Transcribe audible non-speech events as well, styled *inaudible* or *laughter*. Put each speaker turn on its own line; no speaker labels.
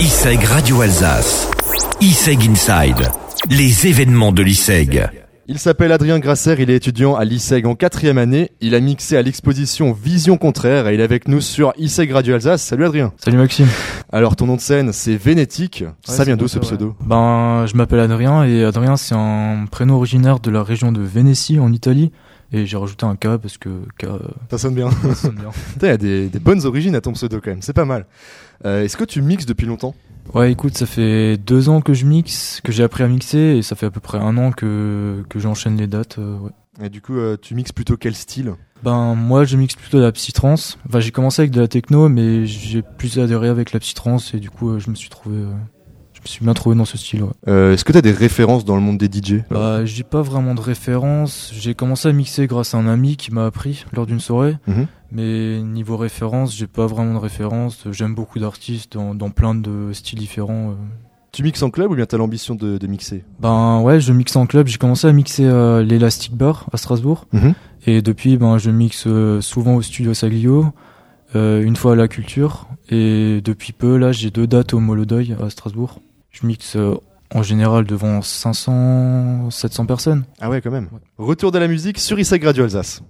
ISEG E Radio Alsace. ISEG Inside. Les événements de E l'ISEG.
Il s'appelle Adrien Grasser, il est étudiant à l'ISEG en quatrième année. Il a mixé à l'exposition Vision Contraire et il est avec nous sur ISEG Radio Alsace. Salut Adrien.
Salut Maxime.
Alors ton nom de scène, c'est Vénétique. ça
c'est
vient d'où
beau,
ce
ça, ouais.
pseudo
Ben, je m'appelle Adrien et Adrien, c'est un prénom originaire de la région de Vénétie en Italie. Et j'ai rajouté un K parce que K, euh,
Ça sonne bien.
ça sonne *laughs* bien.
Putain, il y a des, des bonnes origines à ton pseudo quand même, c'est pas mal. Euh, Est-ce que tu mixes depuis longtemps
Ouais, écoute, ça fait deux ans que je mixe, que j'ai appris à mixer et ça fait à peu près un an que, que j'enchaîne les dates. euh, ouais.
Et du coup, euh, tu mixes plutôt quel style
Ben, moi, je mixe plutôt de la psytrance. Enfin, j'ai commencé avec de la techno, mais j'ai plus adhéré avec la psytrance et du coup, euh, je me suis trouvé, euh, je me suis bien trouvé dans ce style, ouais.
Euh, Est-ce que t'as des références dans le monde des DJ
Bah, j'ai pas vraiment de référence. J'ai commencé à mixer grâce à un ami qui m'a appris lors d'une soirée.
Mhm.
Mais niveau référence, j'ai pas vraiment de référence. J'aime beaucoup d'artistes dans, dans plein de styles différents. euh.
Tu mixes en club ou bien t'as l'ambition de, de mixer
Ben ouais, je mixe en club. J'ai commencé à mixer euh, l'Elastic Bar à Strasbourg.
Mhm.
Et depuis, ben, je mixe euh, souvent au studio Saglio, euh, une fois à la culture. Et depuis peu, là, j'ai deux dates au Molodoy à Strasbourg. Je mixe euh, en général devant 500, 700 personnes.
Ah ouais, quand même.
Ouais.
Retour de la musique sur ISEG Radio Alsace.